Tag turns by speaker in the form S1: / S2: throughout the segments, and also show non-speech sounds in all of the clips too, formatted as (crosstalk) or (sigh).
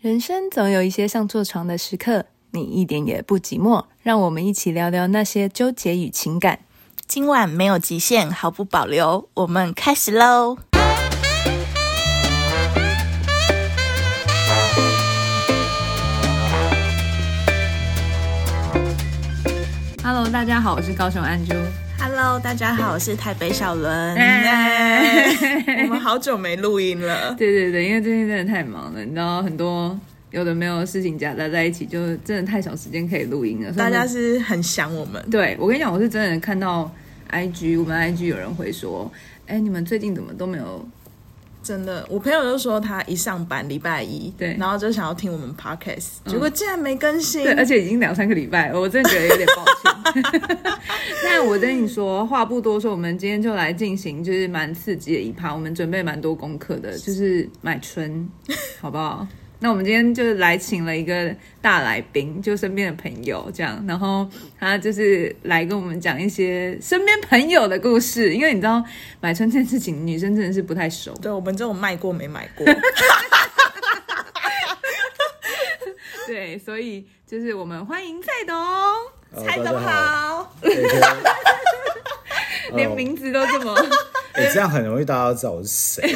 S1: 人生总有一些像坐床的时刻，你一点也不寂寞。让我们一起聊聊那些纠结与情感。
S2: 今晚没有极限，毫不保留，我们开始喽！
S1: Hello，大家好，我是高雄安珠。
S2: Hello，大家好，我是台北小伦。 (laughs)
S1: 哎
S2: 耶 (laughs) 我们好久没录音了，
S1: 对对对，因为最近真的太忙了，你知道很多有的没有的事情夹杂在一起，就真的太少时间可以录音了。所以
S2: 大
S1: 我
S2: 家
S1: 们
S2: 是很想我们。
S1: 对我跟你讲，我是真的看到 IG，我们 IG 有人会说，哎，你们最近怎么都没有？
S2: 真的，我朋友就说他一上班礼拜一，
S1: 对
S2: 然后就想要听我们 podcast，、结果竟然没更新
S3: 嗯
S1: 对，。而且已经两三个礼拜了，我真的觉得有点抱歉。
S3: (laughs)
S1: (laughs) 那我跟你说，话不多说，我们今天就来进行就是蛮刺激的一趴，我们准备蛮多功课
S3: (laughs)
S1: 的，就是买春，好不好？那我们今天就来请了一个大来宾，就身边的朋友这样，然后他就是来跟我们讲一些身边朋友的故事，因为你知道买春这件事情，女生真的是不太
S3: (laughs)
S1: 熟。
S2: 对，我们这种卖过没 (laughs) 买过，
S1: 对，所以就是我们欢迎蔡董，
S3: 哦
S2: 猜得
S3: 大家好，
S2: 好。
S3: 哎这个
S1: 连
S3: 哦
S1: 名字都这么。
S3: 哎，这样很容易大家都知道我是谁。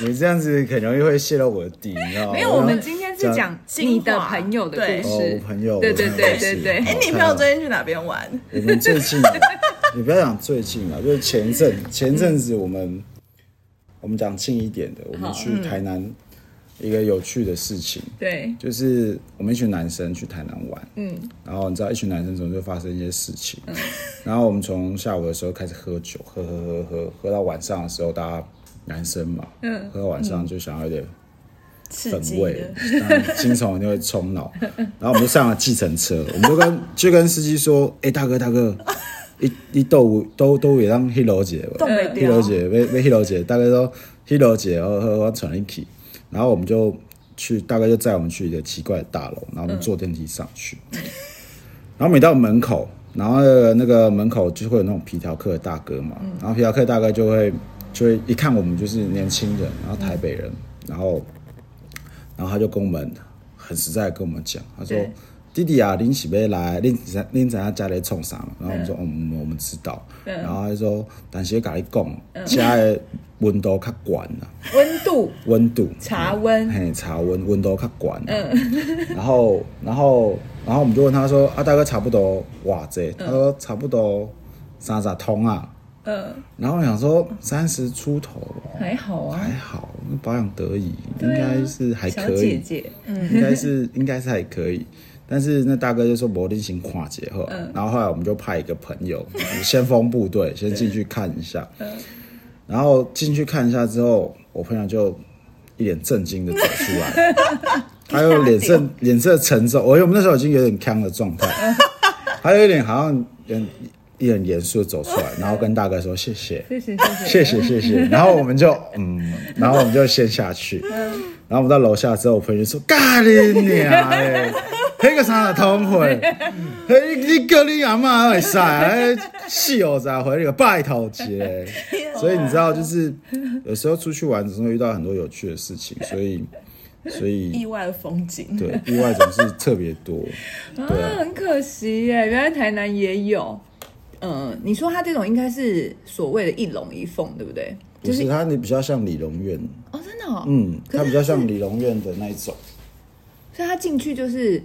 S3: 你这样子很容易会泄露我的底，你知道吗？
S1: 没哎有，我们今天是哦讲
S2: 讲
S1: 你的朋友的故
S3: 哦，我
S1: 事。
S3: 朋友，
S1: 对对
S3: 我朋友
S1: 对
S3: 是
S1: 对对
S2: 哎、
S3: 好
S2: 你朋友最近去哪边玩？
S3: 我们最近，啊你不要讲最近啊，就是前阵前阵子我们我们讲近一点的，我们去
S1: 嗯
S3: 台南一个有趣的事情，
S1: 对，
S3: 就是我们一群男生去台南玩，
S1: 嗯，
S3: 然后你知道，一群男生总是会发生一些事情。 (laughs) 然后我们从下午的时候开始喝酒，喝喝喝喝喝到晚上的时候，大家男生嘛，嗯，喝到晚上就想要有点
S2: 刺
S3: 粉
S2: 激
S3: 味
S2: 的，，
S3: 当然精虫就会冲脑。然后我们就上了计程车，我们就跟就跟司机说：“哎、大哥大哥，一一豆都都也让黑楼姐吧，
S2: 冻未
S3: 黑
S2: 掉
S3: 楼。姐被被黑楼姐，大概说黑楼姐然后喝喝喘一气，然后我们就去，大概就载我们去一个奇怪的大楼，然
S2: 嗯
S3: 后我们坐电梯上去，然后每到门口，然后那个那个门口就会有那种皮条客的大哥嘛，
S2: 嗯
S3: 然后皮条客大哥就会就会一看我们就是年轻人，然后台北人，
S2: 嗯
S3: 然后然后他就跟我们很实在的跟我们讲，他说
S1: 对。
S3: 弟弟啊，恁是要来，恁知恁知影家里创啥嘛？然后我们说，嗯，我们我们知道。
S1: 嗯
S3: 然后他就说，但是要甲你讲，家的温度较悬啦，
S1: 温度
S3: 温度
S1: 茶温嗯
S3: 嘿，茶温温度较悬。啊 (laughs) 然后，然后，然后我们就问他说，啊，大概差不多偌
S1: 嗯
S3: 济？他说差不多三十通啊。嗯。然后我想说，三十出头
S1: 还好啊
S3: 还，好，保养得宜，应
S1: 对啊
S3: 该是还
S1: 小
S3: 可
S1: 姐
S3: 以。
S1: 姐，
S3: 应该是应该是还可以。但是那大哥就说摩力型跨节后，然后后来我们就派一个朋友，先锋部队先进去看一下， (laughs) 然后进去看一下之后，我朋友就一脸震惊的走出来，他又脸色脸色沉重，我我们那时候已经有点呛的状态，他有一点好像有点一脸严肃的走出来，然后跟大哥说谢谢，
S1: 谢谢谢谢。
S3: 谢谢谢
S2: (laughs)
S3: 谢。然后我们就嗯，然后我们就先下去。
S2: 嗯
S3: 然后我们到楼下之后，我朋友就说：“干你娘嘞，那个啥的
S2: (laughs)
S3: 通会，嘿，你叫你阿妈会使，哎死我咋啊回那个拜头
S2: (laughs)
S3: 节。”所以你知道，就是有时候出去玩，总是会遇到很多有趣的事情，
S2: (laughs)
S3: 所以所以
S2: 意外的风景，
S3: 对意外总是特别
S2: (laughs)
S3: 多。对
S1: 啊，很可惜耶，原来台南也有。嗯，你说他这种应该是所谓的一龙一凤，对不对？
S3: 不是他，你比较像李荣院，
S1: 哦，真的哦，
S3: 嗯，
S1: 可
S3: 他
S1: 是
S3: 比较像李荣院的那一种。
S1: 所以他进去就是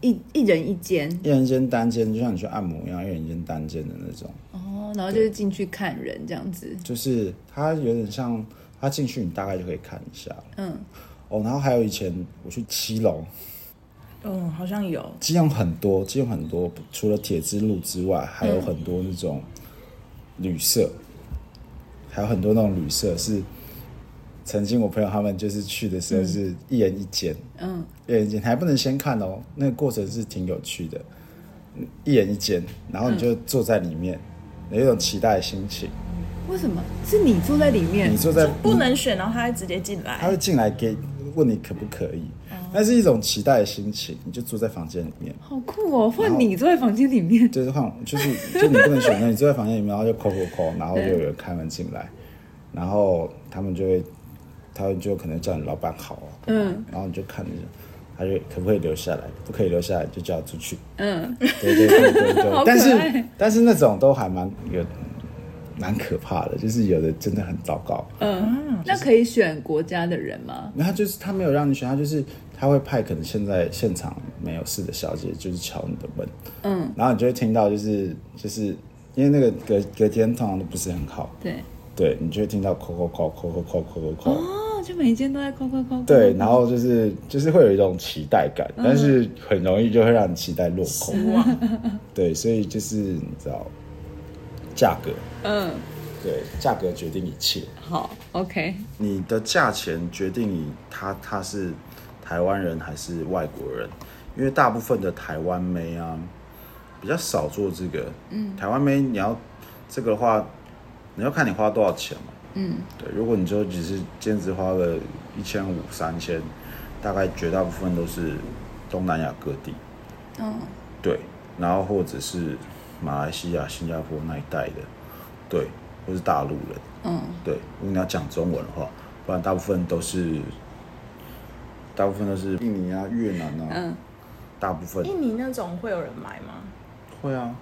S1: 一一人一间，
S3: 一人间单间，就像你去按摩一样，一人间单间的那种，
S1: 哦，然后就是进去看人这样子。
S3: 就是它有点像，它进去你大概就可以看一下
S1: 嗯，
S3: 哦。然后还有以前我去基隆，
S2: 嗯，好像有。
S3: 基隆很多，基隆很多，除了铁之路之外，还有很多那种旅社，还有很多那种旅社是曾经我朋友他们就是去的时候是一人一间，
S1: 嗯，
S3: 一人一间还不能先看哦，那个过程是挺有趣的，嗯一人一间，然后你就坐在里面，
S2: 嗯
S3: 有一种期待的心情。
S1: 为什么是你坐在里面
S3: 你？坐在
S2: 不，能选，然后他会直接进
S3: 他
S2: 来。
S3: 会进来给问你可不可以，
S2: 哦
S3: 那是一种期待的心情。你就坐在房间里面，
S1: 好酷哦！换你坐在房间里面，
S3: 就是换就是就你不能选择，你坐在房间里面，然后就扣扣扣，然后就有人开门进来，然后他们就会他就可能叫你老板好啊，
S1: 嗯，
S3: 然后你就看着。他就可不可以留下来？不可以留下来就叫他出去。
S1: 嗯，
S3: 对对对对对
S1: 好可爱
S3: 对。但是但是那种都还蛮有蛮可怕的，就是有的真的很糟糕。嗯
S1: 那可以选国家的人吗？
S3: 然后就是他没有让你选，他就是他会派可能现在现场没有事的小姐，就是敲你的门，
S1: 嗯，
S3: 然后你就会听到就是就是因为那个隔隔天通常都不是很好，
S1: 对，
S3: 对你就会听到扣扣扣扣扣扣扣扣扣，
S1: 哦，就每一间都在扣扣扣。
S3: 对，然后就是就是会有一种期待感，
S1: 嗯
S3: 但是很容易就会让你期待落空，对，所以就是你知道价格，
S1: 嗯，
S3: 对，价格决定一切。
S1: 好，OK，
S3: 你的价钱决定你他他是台湾人还是外国人，因为大部分的台湾妹啊，比较少做这个。嗯，台湾妹你要这个的话，你要看你花多少钱嘛。
S1: 嗯，
S3: 对，如果你就只是兼职花了一千五、三千，大概绝大部分都是东南亚各地。
S1: 哦
S2: 嗯，
S3: 对，然后或者是马来西亚、新加坡那一带的，对，或是大陆人。
S1: 嗯，
S3: 对，如果你要讲中文的话，不然大部分都是，大部分都是印尼啊、越南啊，
S1: 嗯，
S3: 大部分
S4: 印尼那种会有人买吗？
S1: (laughs)
S3: 会啊。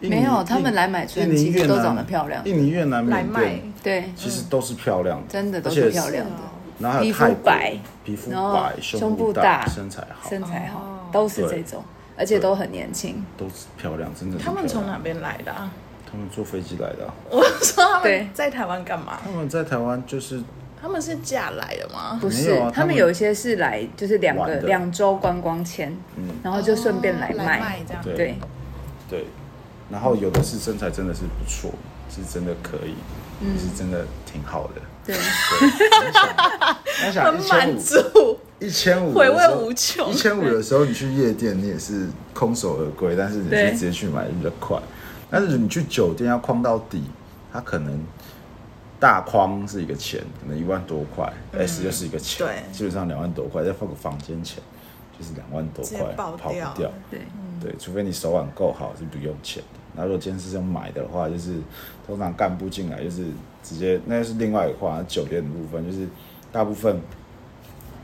S3: 印尼
S1: 没有，他
S3: 印
S1: 们来买春
S3: 印尼
S1: 其实
S3: 越
S1: 都
S3: 南
S1: 长得漂亮，
S3: 印尼、越南、
S4: 来
S3: 缅
S4: 卖嗯
S3: 甸，
S1: 对，
S3: 其实都是漂亮的，
S1: 真的都
S3: 而
S1: 是
S3: 且
S1: 漂亮的，
S3: 然后还有
S1: 皮肤
S3: 泰国
S1: 白，
S3: 皮肤
S1: 然后
S3: 白，
S1: 胸部
S3: 部
S1: 大
S3: 身材好，
S1: 身材好
S4: 哦，
S1: 都是这
S3: 对
S1: 种，而且都很年轻。
S3: 都是漂亮，真的是
S4: 他
S3: 漂
S4: 们
S3: 亮。
S4: 从哪边来的啊？
S3: 他们坐飞机来的啊、
S4: 我说他
S1: 对
S4: 们在台湾干嘛？
S3: 他们在台湾就是
S4: 他们是嫁来的吗？
S1: 不是
S3: 没有，啊
S1: 他
S3: 他
S1: 们
S3: 们
S1: 有一些是来就是两个
S3: 玩的嗯
S1: 两周观光签，然后就顺便来
S4: 哦
S1: 卖，
S4: 这样。
S3: 对
S1: 对，
S3: 对，然后有的是身材真的是不错，是真的可以，
S1: 嗯
S3: 是真的挺好
S1: (laughs)
S3: 的。
S1: 对，
S3: 对，你想，
S4: 很
S3: 你想
S4: 满足，
S3: 一千五，
S4: 回味无穷
S3: 一千五有时候你去夜店，你也是空手而归，但是你
S1: 对
S3: 是直接去买比较快。但是你去酒店要框到底，它可能大框是一个钱，可能一万多块，S 就是一个
S4: 嗯
S3: 钱，
S4: 对
S3: 基本上两万多块，再放个房间钱就是两万多
S4: 直接
S3: 块，
S4: 爆
S3: 跑
S4: 掉
S3: 不掉。
S1: 对，
S3: 对，除非你手腕够好是不用钱的。然后如果今天是用买的话，就是通常干部进来就是直接，那是另外一个话。酒店的部分就是大部分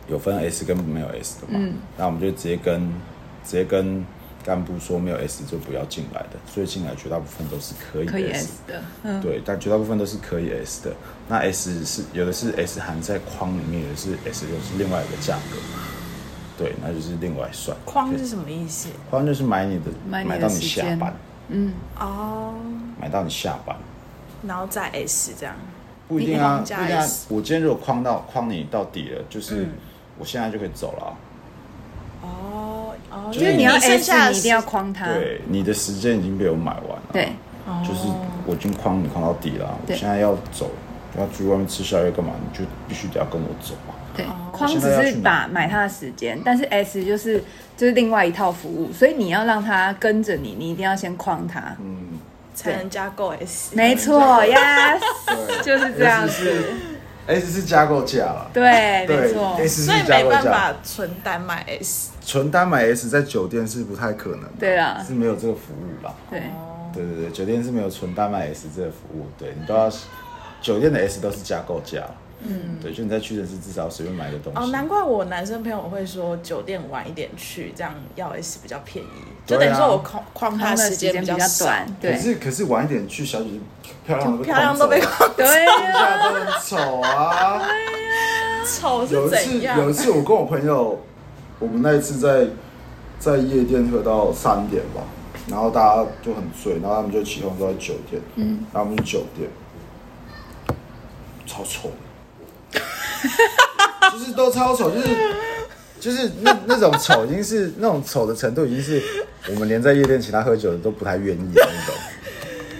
S3: 有分 S 跟没有 S 的嘛，
S1: 嗯
S3: 那我们就直接跟直接跟干部说没有 S 就不要进来的，所以进来绝大部分都是可以
S1: 可以
S3: S
S1: S 嗯的，
S3: 对，但绝大部分都是可以 S 的。那 S 是有的是 S 含在框里面，有的是 S 又是另外一个价格，对，那就是另外算。
S4: 框是什么意思？
S3: 框就是买你的，
S1: 买
S3: 买
S1: 你的
S3: 到你
S1: 时
S3: 下
S1: 间
S3: 班，
S4: 哦，
S3: 买到你下班，
S4: 然后再 S 这样。
S3: 不一定啊，
S4: 你
S3: 不
S4: 可以往
S3: 一定
S4: 家
S3: 啊
S4: 里。
S3: 我今天如果框到框你到底了，就是我现在就可以走了啊。
S4: 哦哦，因
S3: 就是
S4: 为
S1: 你要
S4: 剩下
S1: S
S4: 的
S1: 你一定要框它，
S3: 对，你的时间已经被我买完了。
S1: 啊
S3: 啊
S1: 对，
S4: 哦
S3: 就是我已经框你框到底了啊，我
S1: 对
S3: 现在要走，要去外面吃宵夜干嘛？你就必须得要跟我走啊。
S1: 对
S4: 哦，
S1: 框
S3: 现
S1: 只
S3: 在要
S1: 是
S3: 去买
S1: 把买它的时间，但是 S 就是就是另外一套服务，所以你要让它跟着你，你一定要先框它，
S3: 嗯
S4: 才能加购 S。
S1: 没错，yes，
S3: (laughs) 对
S1: 啊就是这样
S3: S
S1: 子
S3: 是，S 是加购价了，
S1: 对，没
S3: 对
S1: 错，
S3: ，S
S4: 所以
S3: 是加
S4: 没
S3: 购
S4: 办
S3: 价，
S4: 法纯单买 S。
S3: 纯单买 S 在酒店是不太可能的，
S1: 对啦
S3: 是没有这个服务啦。
S1: 对，
S4: 哦
S3: 对对对，酒店是没有纯单卖 S 这个服务，对你都要酒店的 S 都是架构价，嗯，对，就你在屈臣氏至少随便买个东西，
S4: 哦，难怪我男生朋友会说酒店晚一点去，这样要 S 比较便宜，就
S3: 对啊
S4: 等于说我框框他
S1: 框的
S4: 时
S1: 时间
S4: 间
S1: 比
S4: 比较
S1: 较
S4: 少
S1: 短，，
S3: 可
S1: 对，
S3: 是可是晚一点去，小姐姐漂亮都
S4: 漂亮都被
S3: 框
S4: 框
S3: (laughs)
S1: 对
S3: 走
S1: 啊，
S3: 了，大家都很丑啊。
S4: 丑
S3: 有
S4: 是
S3: 一次
S4: 怎样？
S3: 有一次我跟我朋友，我们那一次在在夜店喝到三点吧，然后大家就很醉，然后他们就起哄说在酒店，嗯，然后我们去酒店，超丑的，就是都超丑，就是。就是那那种丑已经是那种丑的程度，已经是我们连在夜店请他喝酒的都不太愿意的那种。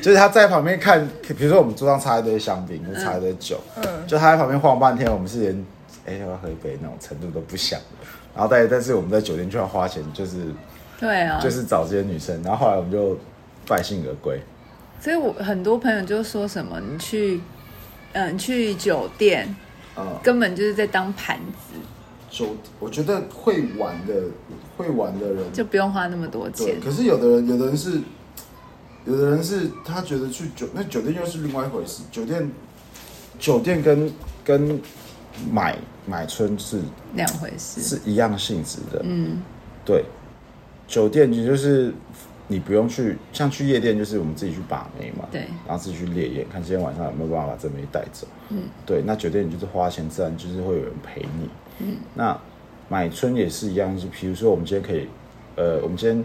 S3: 就是他在旁边看，比如说我们桌上插一堆香槟，
S1: 嗯
S3: 或插一堆酒，就他在旁边晃半天，我们是连哎、要不要喝一杯那种程度都不想。然后但但是我们在酒店就要花钱，就是
S1: 对啊，
S3: 就是找这些女生，然后后来我们就败兴而归。
S1: 所以我很多朋友就说什么，你去，嗯、你去酒店
S3: 嗯，
S1: 根本就是在当盘子，
S3: 酒我觉得会玩的会玩的人
S1: 就不用花那么多
S3: 对，
S1: 钱。
S3: 可是有的人，有的人是，有的人是他觉得去酒，那酒店又是另外一回事。酒店酒店跟跟买买春是
S1: 两回事。
S3: 是一样性质的。嗯，对，酒店其实就是你不用去，像去夜店就是我们自己去把妹嘛，
S1: 对
S3: 然后自己去猎艳，看今天晚上有没有办法把这妹带走。嗯，对，那酒店你就是花钱，自然就是会有人陪你。嗯，那买春也是一样，就比如说我们今天可以，呃，我们今天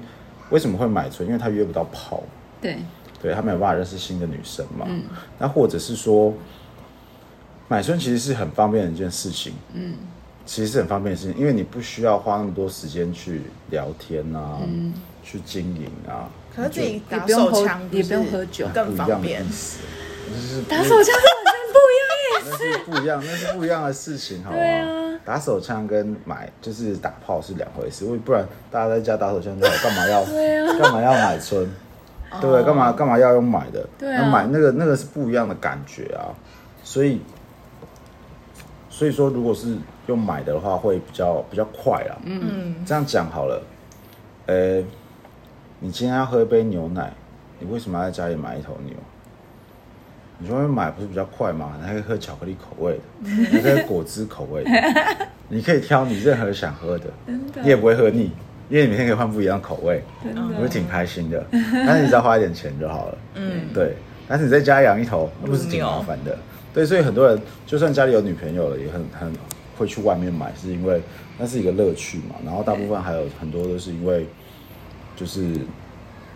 S3: 为什么会买春？因为他约不到炮。
S1: 对，
S3: 对他没有办法认识新的女生嘛。
S4: 嗯
S3: 那或者是说，买春其实是很方便的一件事情。嗯，其实是很方便的事情，因为你不需要花那么多时间去聊天啊，
S4: 嗯
S3: 去经营啊。
S4: 可是自己
S1: 也
S4: 打
S1: 不用
S4: 手
S1: 喝
S4: 枪
S1: 也
S4: 是
S1: 不用喝酒
S4: 更
S3: 不一样
S4: 方
S3: 的
S4: 便
S3: 意。思，就是
S1: 打手枪完
S3: (laughs) 那是不一样，那是不一样的事情，好吗？
S1: 对啊
S3: 打手枪跟买就是打炮是两回事，为不然大家在家打手枪，干嘛要
S1: 啊
S3: 干、嘛要买春？对不对？干嘛干嘛要用买的？
S1: 哦对啊
S3: 那买那个那个是不一样的感觉啊，所以所以说，如果是用买的话，会比较比较快啦。嗯，这样讲好了，呃，你今天要喝一杯牛奶，你为什么要在家里买一头牛？你去外面买不是比较快吗？你还可以喝巧克力口味的，还可以喝果汁口味的，你可以挑你任何想喝的，你也不会嗯喝腻，因为你每天可以换不一样的口味，我就挺开心的。但是你只要花一点钱就好了，嗯，对。但是你在家养一头，那不是挺麻烦的？对，所以很多人就算家里有女朋友了，也很很会去外面买，是因为那是一个乐趣嘛。然后大部分还有很多都是因为就是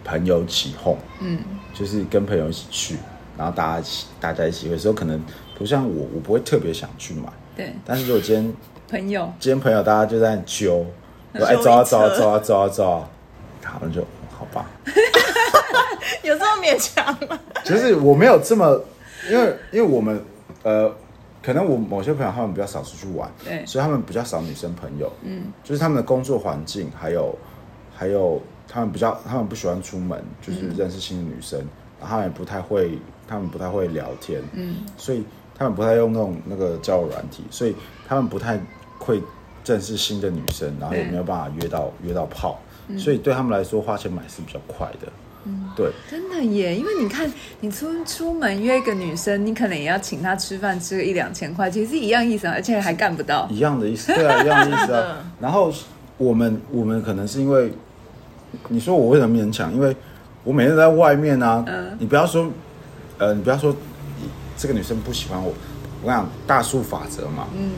S3: 朋友起哄，嗯，就是跟朋友一起去，然后大家一起大家一起，有时候可能不像我，我不会特别想去买，
S1: 对，
S3: 但是如果今天
S1: 朋友，
S3: 今天朋友大家就在那里揪，说哎
S4: 揪一
S3: 走啊走啊
S4: 车
S3: 走啊走啊走啊，然后就好吧，
S4: 有这么勉强吗？
S3: 就是我没有这么，因为因为我们呃，可能我某些朋友他们比较少出去玩，
S1: 对
S3: 所以他们比较少女生朋友，嗯，就是他们的工作环境，还有还有他们比较，他们不喜欢出门，就是认识新的女生，然后他们也不太会，他们不太会聊天，嗯，所以他们不太用那种那个交友软体，所以他们不太会认识新的女生，然后也
S1: 对
S3: 没有办法约到约到炮，所以对他们来说花钱买是比较快的，嗯，对。
S1: 真的耶，因为你看，你出出门约一个女生，你可能也要请她吃饭，吃个一两千块，其实是一样意思啊，而且还干不到。
S5: 嗯
S3: 一样的意思，
S4: (laughs)
S3: 对啊，一样的意思
S4: 嗯
S3: 啊。然后我们我们可能是因为，你说我为什么勉强？因为我每天都在外面啊，
S4: 嗯
S3: 你不要说，呃，你不要说这个女生不喜欢我，我跟你讲大数法则嘛，嗯，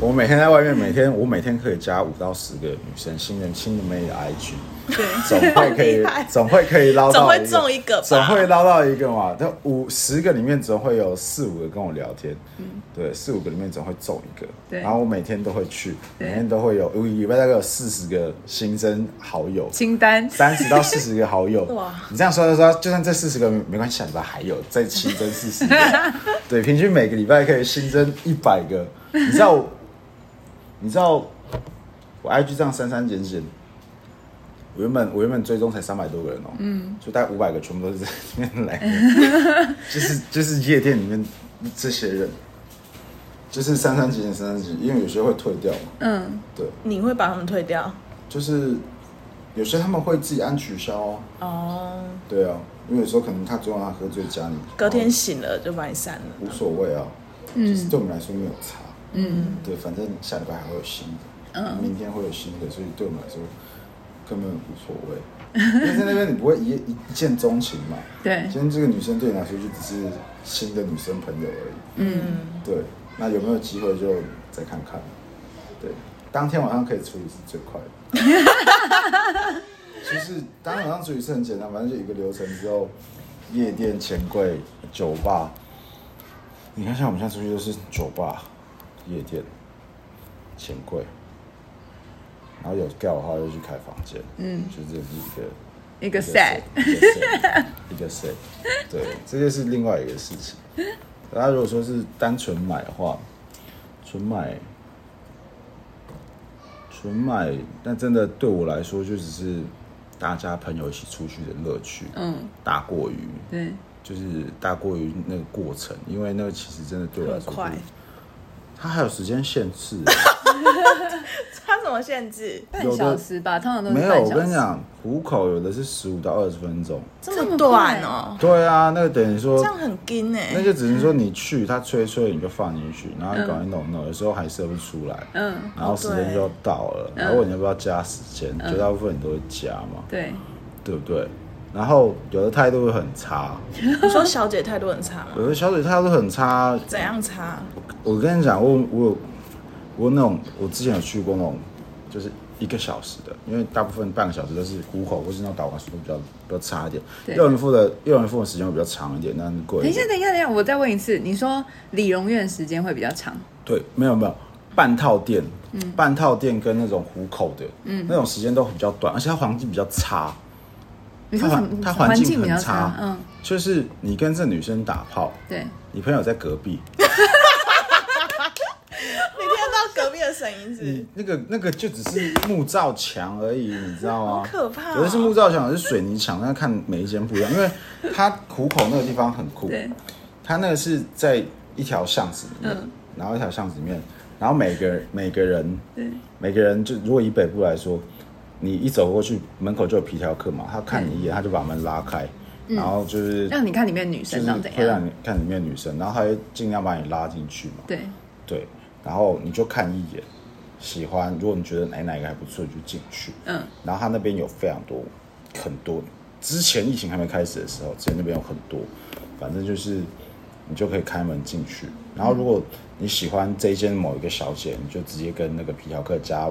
S3: 我每天在外面，每天我每天可以加五到十个女生新人新的妹的 IG。总会可以
S4: 好厉害，
S3: 总会可以捞到
S4: 总会
S3: 一个
S4: 中一个吧
S3: 总会捞到一个嘛。那五十个里面总会有四五个跟我聊天，
S4: 嗯
S3: 对，四五个里面总会中一个。
S1: 对
S3: 然后我每天都会去，
S1: 对
S3: 每天都会有，我礼拜大概有四十个新增好友，
S1: 清单
S3: 三十到四十个好友。
S4: 哇！
S3: 你这样说说，就算这四十个没关系，下礼拜还有再新增四十个。对，平均每个礼拜可以新增一百个。你知道我，你知道我 IG 这样删删减减，我原本我原本追踪才三百多个人哦，嗯，就大概五百个全部都是在里面来的，就是就是夜店里面这些人，就是删删减减删删减，减，因为有些会退掉嘛，嗯，对，
S4: 你会把他们退掉？
S3: 就是有些他们会自己按取消哦，
S4: 哦，
S3: 对啊，因为有时候可能他昨晚上喝醉加你，
S4: 隔天醒了就把你删了。
S3: 无所谓啊，就是对我们来说没有差，嗯，对，反正下礼拜还会有新的，嗯，明天会有新的，所以对我们来说根本无所谓， (laughs) 因为在那边你不会一一一见钟情嘛，
S1: 对
S3: 今天这个女生对你来说就只是新的女生朋友而已，嗯，对，那有没有机会就再看看，对，当天晚上可以处理是最快的， (laughs) 就是当天晚上处理是很简单，反正就一个流程之后，夜店、钱柜、酒吧，你看像我们现在出去都是酒吧、夜店、钱柜。然后有 g 的话就去开房间，嗯，就这是一个
S1: 一个 set，
S3: 一个 set，一个
S1: (laughs)
S3: set，对，这就是另外一个事情。大家如果说是单纯买的话，纯买，纯买，但真的对我来说就只是大家朋友一起出去的乐趣，
S1: 嗯，
S3: 大过于
S1: 对，
S3: 就是大过于那个过程，因为那个啊其实真的对我来说
S4: 很快
S1: (laughs)
S3: 啊就是它还有时间限制。
S4: 他怎
S5: 什么限制？
S1: 半小时吧，通常都是
S3: 没有，
S1: 半
S3: 我
S1: 小
S3: 跟
S1: 时
S3: 你。讲，虎口有的是十五到二十分钟。
S5: 这
S1: 么
S5: 么
S1: 短
S5: 短哦，
S3: 对啊，那个等于说
S5: 这，样很紧
S4: 欸
S5: 哎、
S3: 那就只能说你去，他吹吹你就放进去，然后你搞一弄弄，有时候还射不出来，
S1: 嗯，
S3: 然后时间就到了，然后问你要不要加时间，
S1: 嗯
S3: 绝大部分你都会加嘛，
S1: 对，
S3: 对不对？然后有的态度会很差，
S4: 你说小姐态度很差吗？
S3: 有的小姐态度很差。
S4: 怎样差？
S3: 我跟你讲，我我有我那种，我之前有去过那种，就是一个小时的，因为大部分半个小时都是虎口或是那种导管速度比较比较差一点，
S1: 对
S3: 幼人付的幼人付的时间会比较长一点，但是贵
S1: 等
S3: 一
S1: 一下
S3: 点。，
S1: 等一下，等一下，我再问一次，你说理容院时间会比较长？
S3: 对，没有没有。半套店，
S5: 嗯
S3: 半套店跟那种虎口的，那种时间都比较短，而且它环境比较差，
S1: 你说什么？
S3: 它环它环境
S1: 比较
S3: 很差，
S1: 嗯，
S3: 就是你跟这女生打炮，
S1: 对，
S3: 你朋友在隔壁，
S5: 你听得到隔壁的声音是？
S3: 那个那个就只是木造墙而已，你知道吗？
S5: 可怕哦？
S3: 有的是木造墙，有的是水泥墙，那看每一间不一样，因为它虎口那个地方很酷，它那个是在一条巷子里面，然后一条巷子里面，然后每个每个人，每个人就如果以北部来说，你一走过去门口就有皮条客嘛，他看
S1: 嗯
S3: 你一眼，他就把门拉开，然后就是
S1: 让你看里面女
S3: 就
S1: 生
S3: 是
S1: 长怎
S3: 会
S1: 样？
S3: 让你看里面女生，然后他会尽量把你拉进去嘛，
S1: 对，
S3: 对，然后你就看一眼，喜欢，如果你觉得哪哪一个还不错，你就进去。
S1: 嗯，
S3: 然后他那边有非常多，很多，之前疫情还没开始的时候，之前那边有很多，反正就是你就可以开门进去。然后如果你喜欢这一间某一个小姐，你就直接跟那个皮条客加，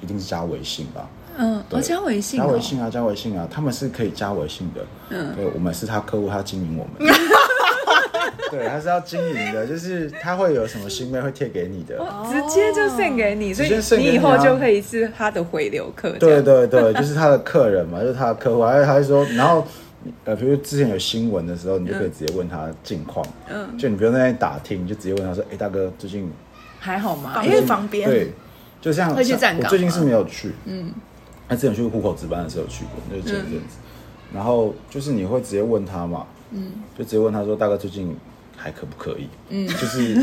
S3: 一定是加微信吧。
S1: 嗯，
S3: 对
S1: 哦，加微信，
S3: 加微，信啊，加微信啊，他们是可以加微信的。嗯，对，我们是他客户，他经营我们。对，他是要经营的，就是他会有什么新妹会贴给你的。
S1: 直接就送给你，所以
S3: 直接送给
S1: 你
S3: 你啊
S1: 以后就可以是他的回流客。这
S3: 对
S1: 样，
S3: 对对，就是他的客人嘛， (laughs) 就是他的客户，还有他就说，然后呃，比如之前有新闻的时候，你就可以
S1: 嗯
S3: 直接问他近况，嗯，就你不用在那里打听，你就直接问他说，哎，大哥，最近
S1: 还好吗？
S4: 方
S1: 因
S4: 便
S1: 为
S3: 最近
S4: 方便
S3: 对，就
S1: (laughs)
S3: 像
S1: 会去站
S3: 我
S1: 岗
S3: 最近
S1: 吗
S3: 是没有去，嗯，他之前去户口值班的时候有去过，就是前一阵子。
S1: 嗯
S3: 然后就是你会直接问他嘛，嗯，就直接问他说大概最近还可不可以，嗯， (laughs) 就是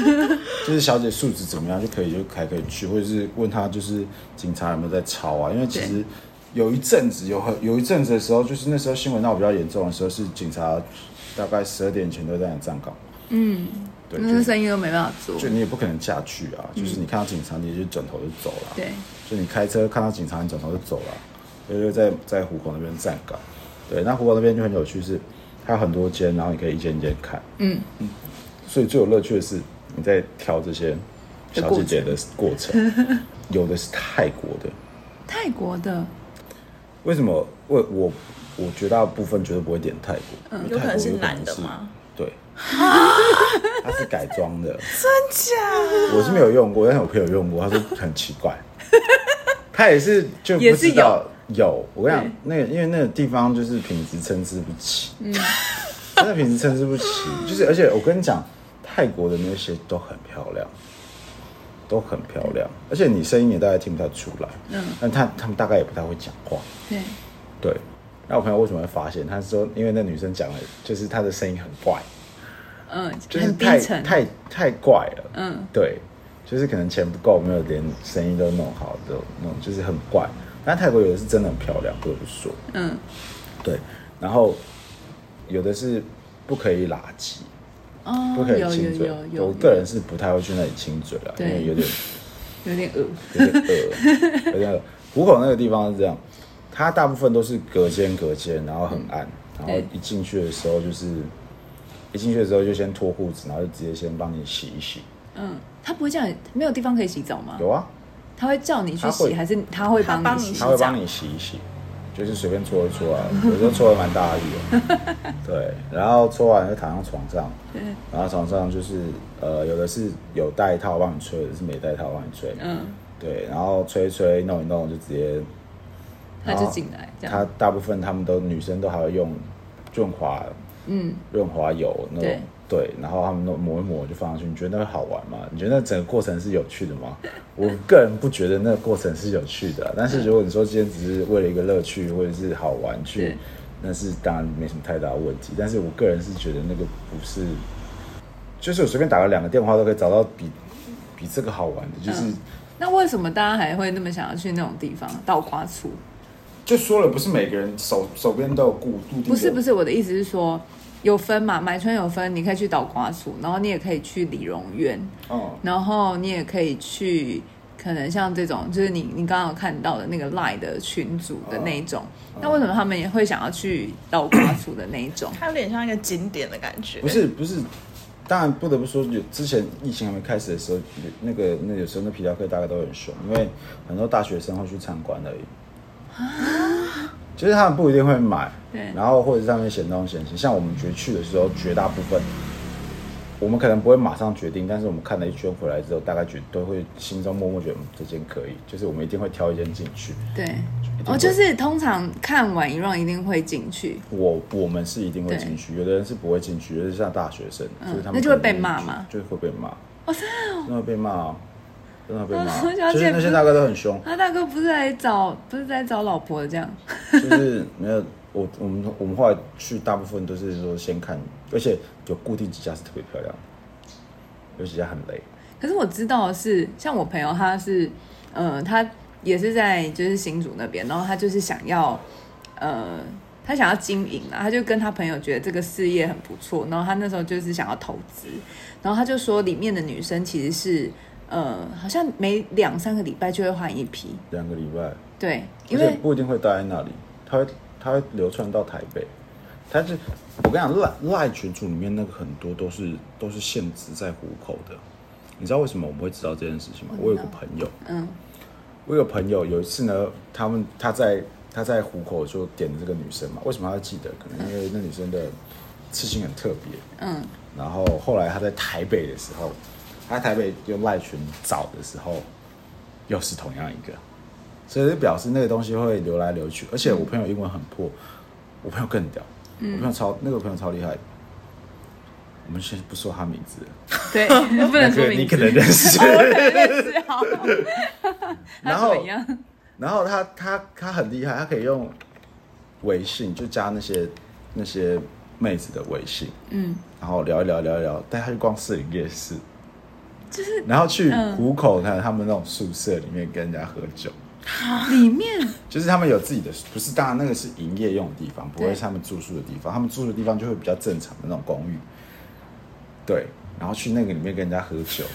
S3: 就是小姐素质怎么样就可以就还可以去，或者是问他就是警察有没有在抄啊，因为其实。有一阵子，有很有一阵子的时候，就是那时候新闻闹比较严重的时候，是警察大概十二点前都在那里站岗。嗯，对，
S1: 那
S3: 就是
S1: 生意都没办法做。
S3: 就你也不可能下去啊，
S4: 嗯
S3: 就是你看到警察，你就转头就走了。啊
S1: 对，
S3: 就你开车看到警察，你转头就走了，所以就在在虎口那边站岗。对，那虎口那边就很有趣是，它有很多间，然后你可以一间一间看。嗯所以最有乐趣的是你在挑这些小姐姐的过程，
S4: (laughs)
S3: 有的是泰国的，
S1: 泰国的，
S3: 为什么？我我我绝大部分绝对不会点泰国，因
S4: 嗯
S3: 为
S4: 有可
S3: 泰
S4: 能
S3: 国
S4: 是
S3: 有可
S4: 男
S3: 能
S4: 的
S3: 是
S4: 吗
S3: 对， (laughs) 它是改装的，真假？我是没有用过，但是我朋友用过，他说很奇
S1: (laughs)
S3: 怪，他也是就不
S1: 也是
S3: 知道有。我跟你讲，那个因为那个地方就是品质参差不齐，嗯，真的品质参差不齐，就是而且我跟你讲，泰国的那些都很漂亮。都很漂亮，而且你声音也大概听不太出来，嗯，但他他们大概也不太会讲话，
S1: 对，
S3: 对，那我朋友为什么会发现？他说，因为那女生讲的，就是她的声音很怪，
S1: 嗯，
S3: 就是
S1: 很低
S3: 太
S1: 沉，
S3: 太太怪了。
S1: 嗯，
S3: 对，就是可能钱不够，没有连声音都弄好，都弄就是很怪。但泰国有的是真的很漂亮，不得不说。
S1: 嗯，
S3: 对，然后有的是不可以拉鸡，
S1: 哦，
S3: 不可以
S1: 有
S3: 亲
S1: 有
S3: 嘴。
S1: 有
S3: 我
S1: 有，
S3: 个人是不太会去那里亲嘴啊了，因
S1: 对
S3: 为有点
S1: 有点恶，
S3: 有点饿，有点饿。虎口那个地方是这样，它大部分都是隔间隔间，然后很暗，然后
S1: 对
S3: 一进去的时候就是，一进去的时候就先脱裤子，然后就直接先帮你洗一洗。
S1: 嗯，他不会叫你没有地方可以洗澡吗？
S3: 有啊，
S1: 他会叫你去
S3: 他会
S1: 洗，还是他会帮
S4: 帮
S1: 洗
S4: 你？
S3: 他会帮你洗一洗，就是随便搓一搓啊，有时候搓的蛮大力的。对，然后搓完就躺上床上，然后床上就是呃，有的是有带套帮你吹，有的是没带套帮你吹。
S1: 嗯，
S3: 对，然后吹一吹弄一弄就直接
S1: 他就进来这
S3: 它
S1: 样。
S3: 大部哦分他们都女生都还会用润滑
S1: 嗯，
S3: 润滑油那种
S1: 对
S3: 对，然后他们都抹一抹就放上去，你觉得那会好玩吗？你觉得那整个过程是有趣的吗？我个人不觉得那个过程是有趣
S1: 嗯
S3: 的啊、但是如果你说今天只是为了一个乐趣或者是好玩去
S1: 对，
S3: 那是当然没什么太大的问题。但是我个人是觉得那个不是，
S1: 嗯
S3: 就是我随便打个两个电话都可以找到比比这个好玩的，就是
S1: 那为什么大家还会那么想要去那种地方倒夸处？
S3: 就说了，不是每个人手手边都有固固定的，
S1: 不是不是，我的意思是说，有分嘛，买春有分，你可以去倒瓜处，然后你也可以去理容院，
S3: 哦，
S1: 然后你也可以去，可能像这种，就是你你刚刚有看到的那个 Line 的群组的那一种。那为什么他们也会想要去倒瓜处的那一种
S5: 它有点像一个景点的感觉。
S3: 不，是不是，当然不得不说，有之前疫情还没开始的时候，有那个那有时候那皮条客大概都很凶，因为很多大学生会去参观而已。就是他们不一定会买，
S1: 对
S3: 然后或者是上面嫌东嫌西。像我们觉去的时候，绝大部分我们可能不会马上决定，但是我们看了一圈回来之后，大概觉都会心中默默觉得、嗯、这间可以，就是我们一定会挑一间进去。
S1: 对，
S3: 一定
S1: 哦，
S3: 会
S1: 就是通常看完一 round 一定会进去，
S3: 我我们是一定会进去，有的人是不会进去，尤其像大学生，就是他们
S1: 嗯那就会
S3: 可能
S1: 被骂吗
S3: 就会被骂。哦，真的会被骂哦，真的会被
S1: 啊
S3: 骂
S1: (laughs) 我想。
S3: 就是
S1: 见
S3: 那些
S1: 不，
S3: 大哥都很凶
S1: 啊，大哥不是来找，不是在找老婆这样，
S3: 就是没有我 (laughs) 我们我们后来去大部分都是说先看，而且有固定几家是特别漂亮的，有几家很雷。
S1: 可是我知道的是，像我朋友他是，呃，他也是在就是新竹那边，然后他就是想要，呃，他想要经营啊，他就跟他朋友觉得这个事业很不错，然后他那时候就是想要投资，然后他就说里面的女生其实是，呃，好像每两三个礼拜就会换一批，
S3: 两个礼拜，
S1: 对，因
S3: 而且
S1: 为
S3: 不一定会待在那里，它会它会流窜到台北。它是我跟你讲，赖赖群组里面那个很多都是都是限制在虎口的，你知道为什么我们会知道这件事情吗？我有个朋友，
S1: 嗯，
S3: 我有个朋友有一次呢，他们他在他在虎口就点了这个女生嘛，为什么他会记得？可能因为那女生的刺青很特别，
S1: 嗯，
S3: 然后后来他在台北的时候，他在台北用赖群找的时候，又是同样一个，所以就表示那个东西会流来流去。
S1: 嗯
S3: 而且我朋友英文很破，我朋友更屌，
S1: 嗯
S3: 我朋友超那个朋友超厉害。我们先不说他名字了，
S1: (laughs) 对， (laughs) 不能说
S3: 那个你
S1: 名
S3: 可
S1: 字，
S3: 能认识。
S1: (laughs) 是好，
S3: 然
S1: 他
S3: 后
S1: 怎么样？
S3: 然后他他他很厉害，他可以用微信就加那些那些妹子的微信，
S1: 嗯，
S3: 然后聊一聊聊一聊，带他去逛士林夜市，就是然后去
S1: 嗯
S3: 虎口看他们那种宿舍里面跟人家喝酒，
S1: 里面
S3: 就是他们有自己的，不是当然那个是营业用的地方，不会
S1: 对
S3: 是他们住宿的地方，他们住宿的地方就会比较正常的那种公寓，对，然后去那个里面跟人家喝
S1: (laughs)
S3: 酒，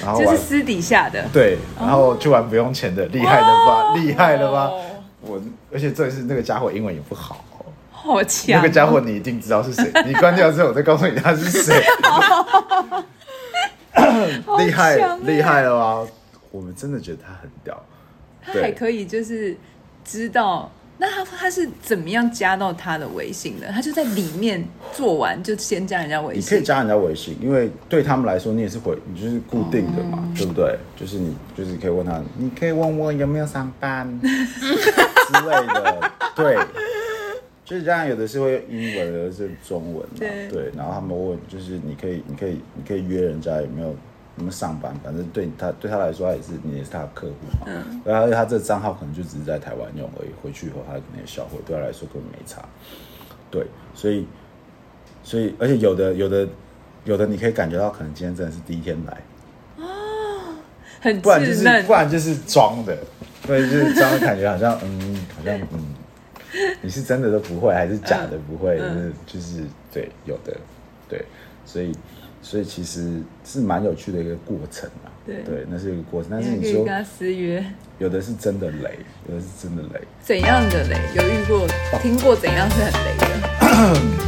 S3: 然后
S1: 就
S3: 玩
S1: 是哦私底下的，
S3: 对，然后去玩不用钱的，厉害了
S1: 哦
S3: 吧？厉害了吧？我而且这是那个家伙英文也不好哦，
S1: 好强
S3: 那个家伙你一定知道
S1: (laughs)
S3: 是谁，你关掉之后我再告诉你他是谁。厉害
S1: 强欸
S3: 厉害了吧？我们真的觉得他很屌，
S1: 他
S3: 对
S1: 还可以就是知道，那他他是怎么样加到他的微信的？他就在里面做完就先加人家微
S3: 你可以
S1: 信，
S3: 加人家微信，因为对他们来说你也是回，你就是固定的嘛，
S1: 哦
S3: 对不对？就是你就是可以问他，你可以问我有没有上
S1: (laughs)
S3: 班之类的，对。就是这样，有的是会用英文，有的是中文嘛，
S1: 对
S3: 对。然后他们问，就是你可以，你可以，你可以约人家有没有有没有上班，反正对他对他来说，他也是你也是他的客户嘛。
S1: 嗯
S3: 然后他这账号可能就只是在台湾用而已，回去以后他可能也销毁，对他来说根本没差。对，所以所以而且有的有的有的你可以感觉到，可能今天真的是第一天来，
S1: 很
S3: 不然就
S1: 稚
S3: 是
S1: 嫩
S3: 不。然就是装的，对，就是装的感觉好像嗯好像嗯，你是真的都不会还是假的不会，
S1: 嗯
S3: 就是就是对有的对，所以所以其实是蛮有趣的一个过程啊，
S1: 对
S3: 那是一个过程，但
S1: 你
S3: 是
S1: 还可
S3: 嗯你
S1: 以跟
S3: 说
S1: 他私约，
S3: 有的是真的雷，有的是真的雷。哦
S1: 怎样的雷？有遇过、听过怎样是很雷的？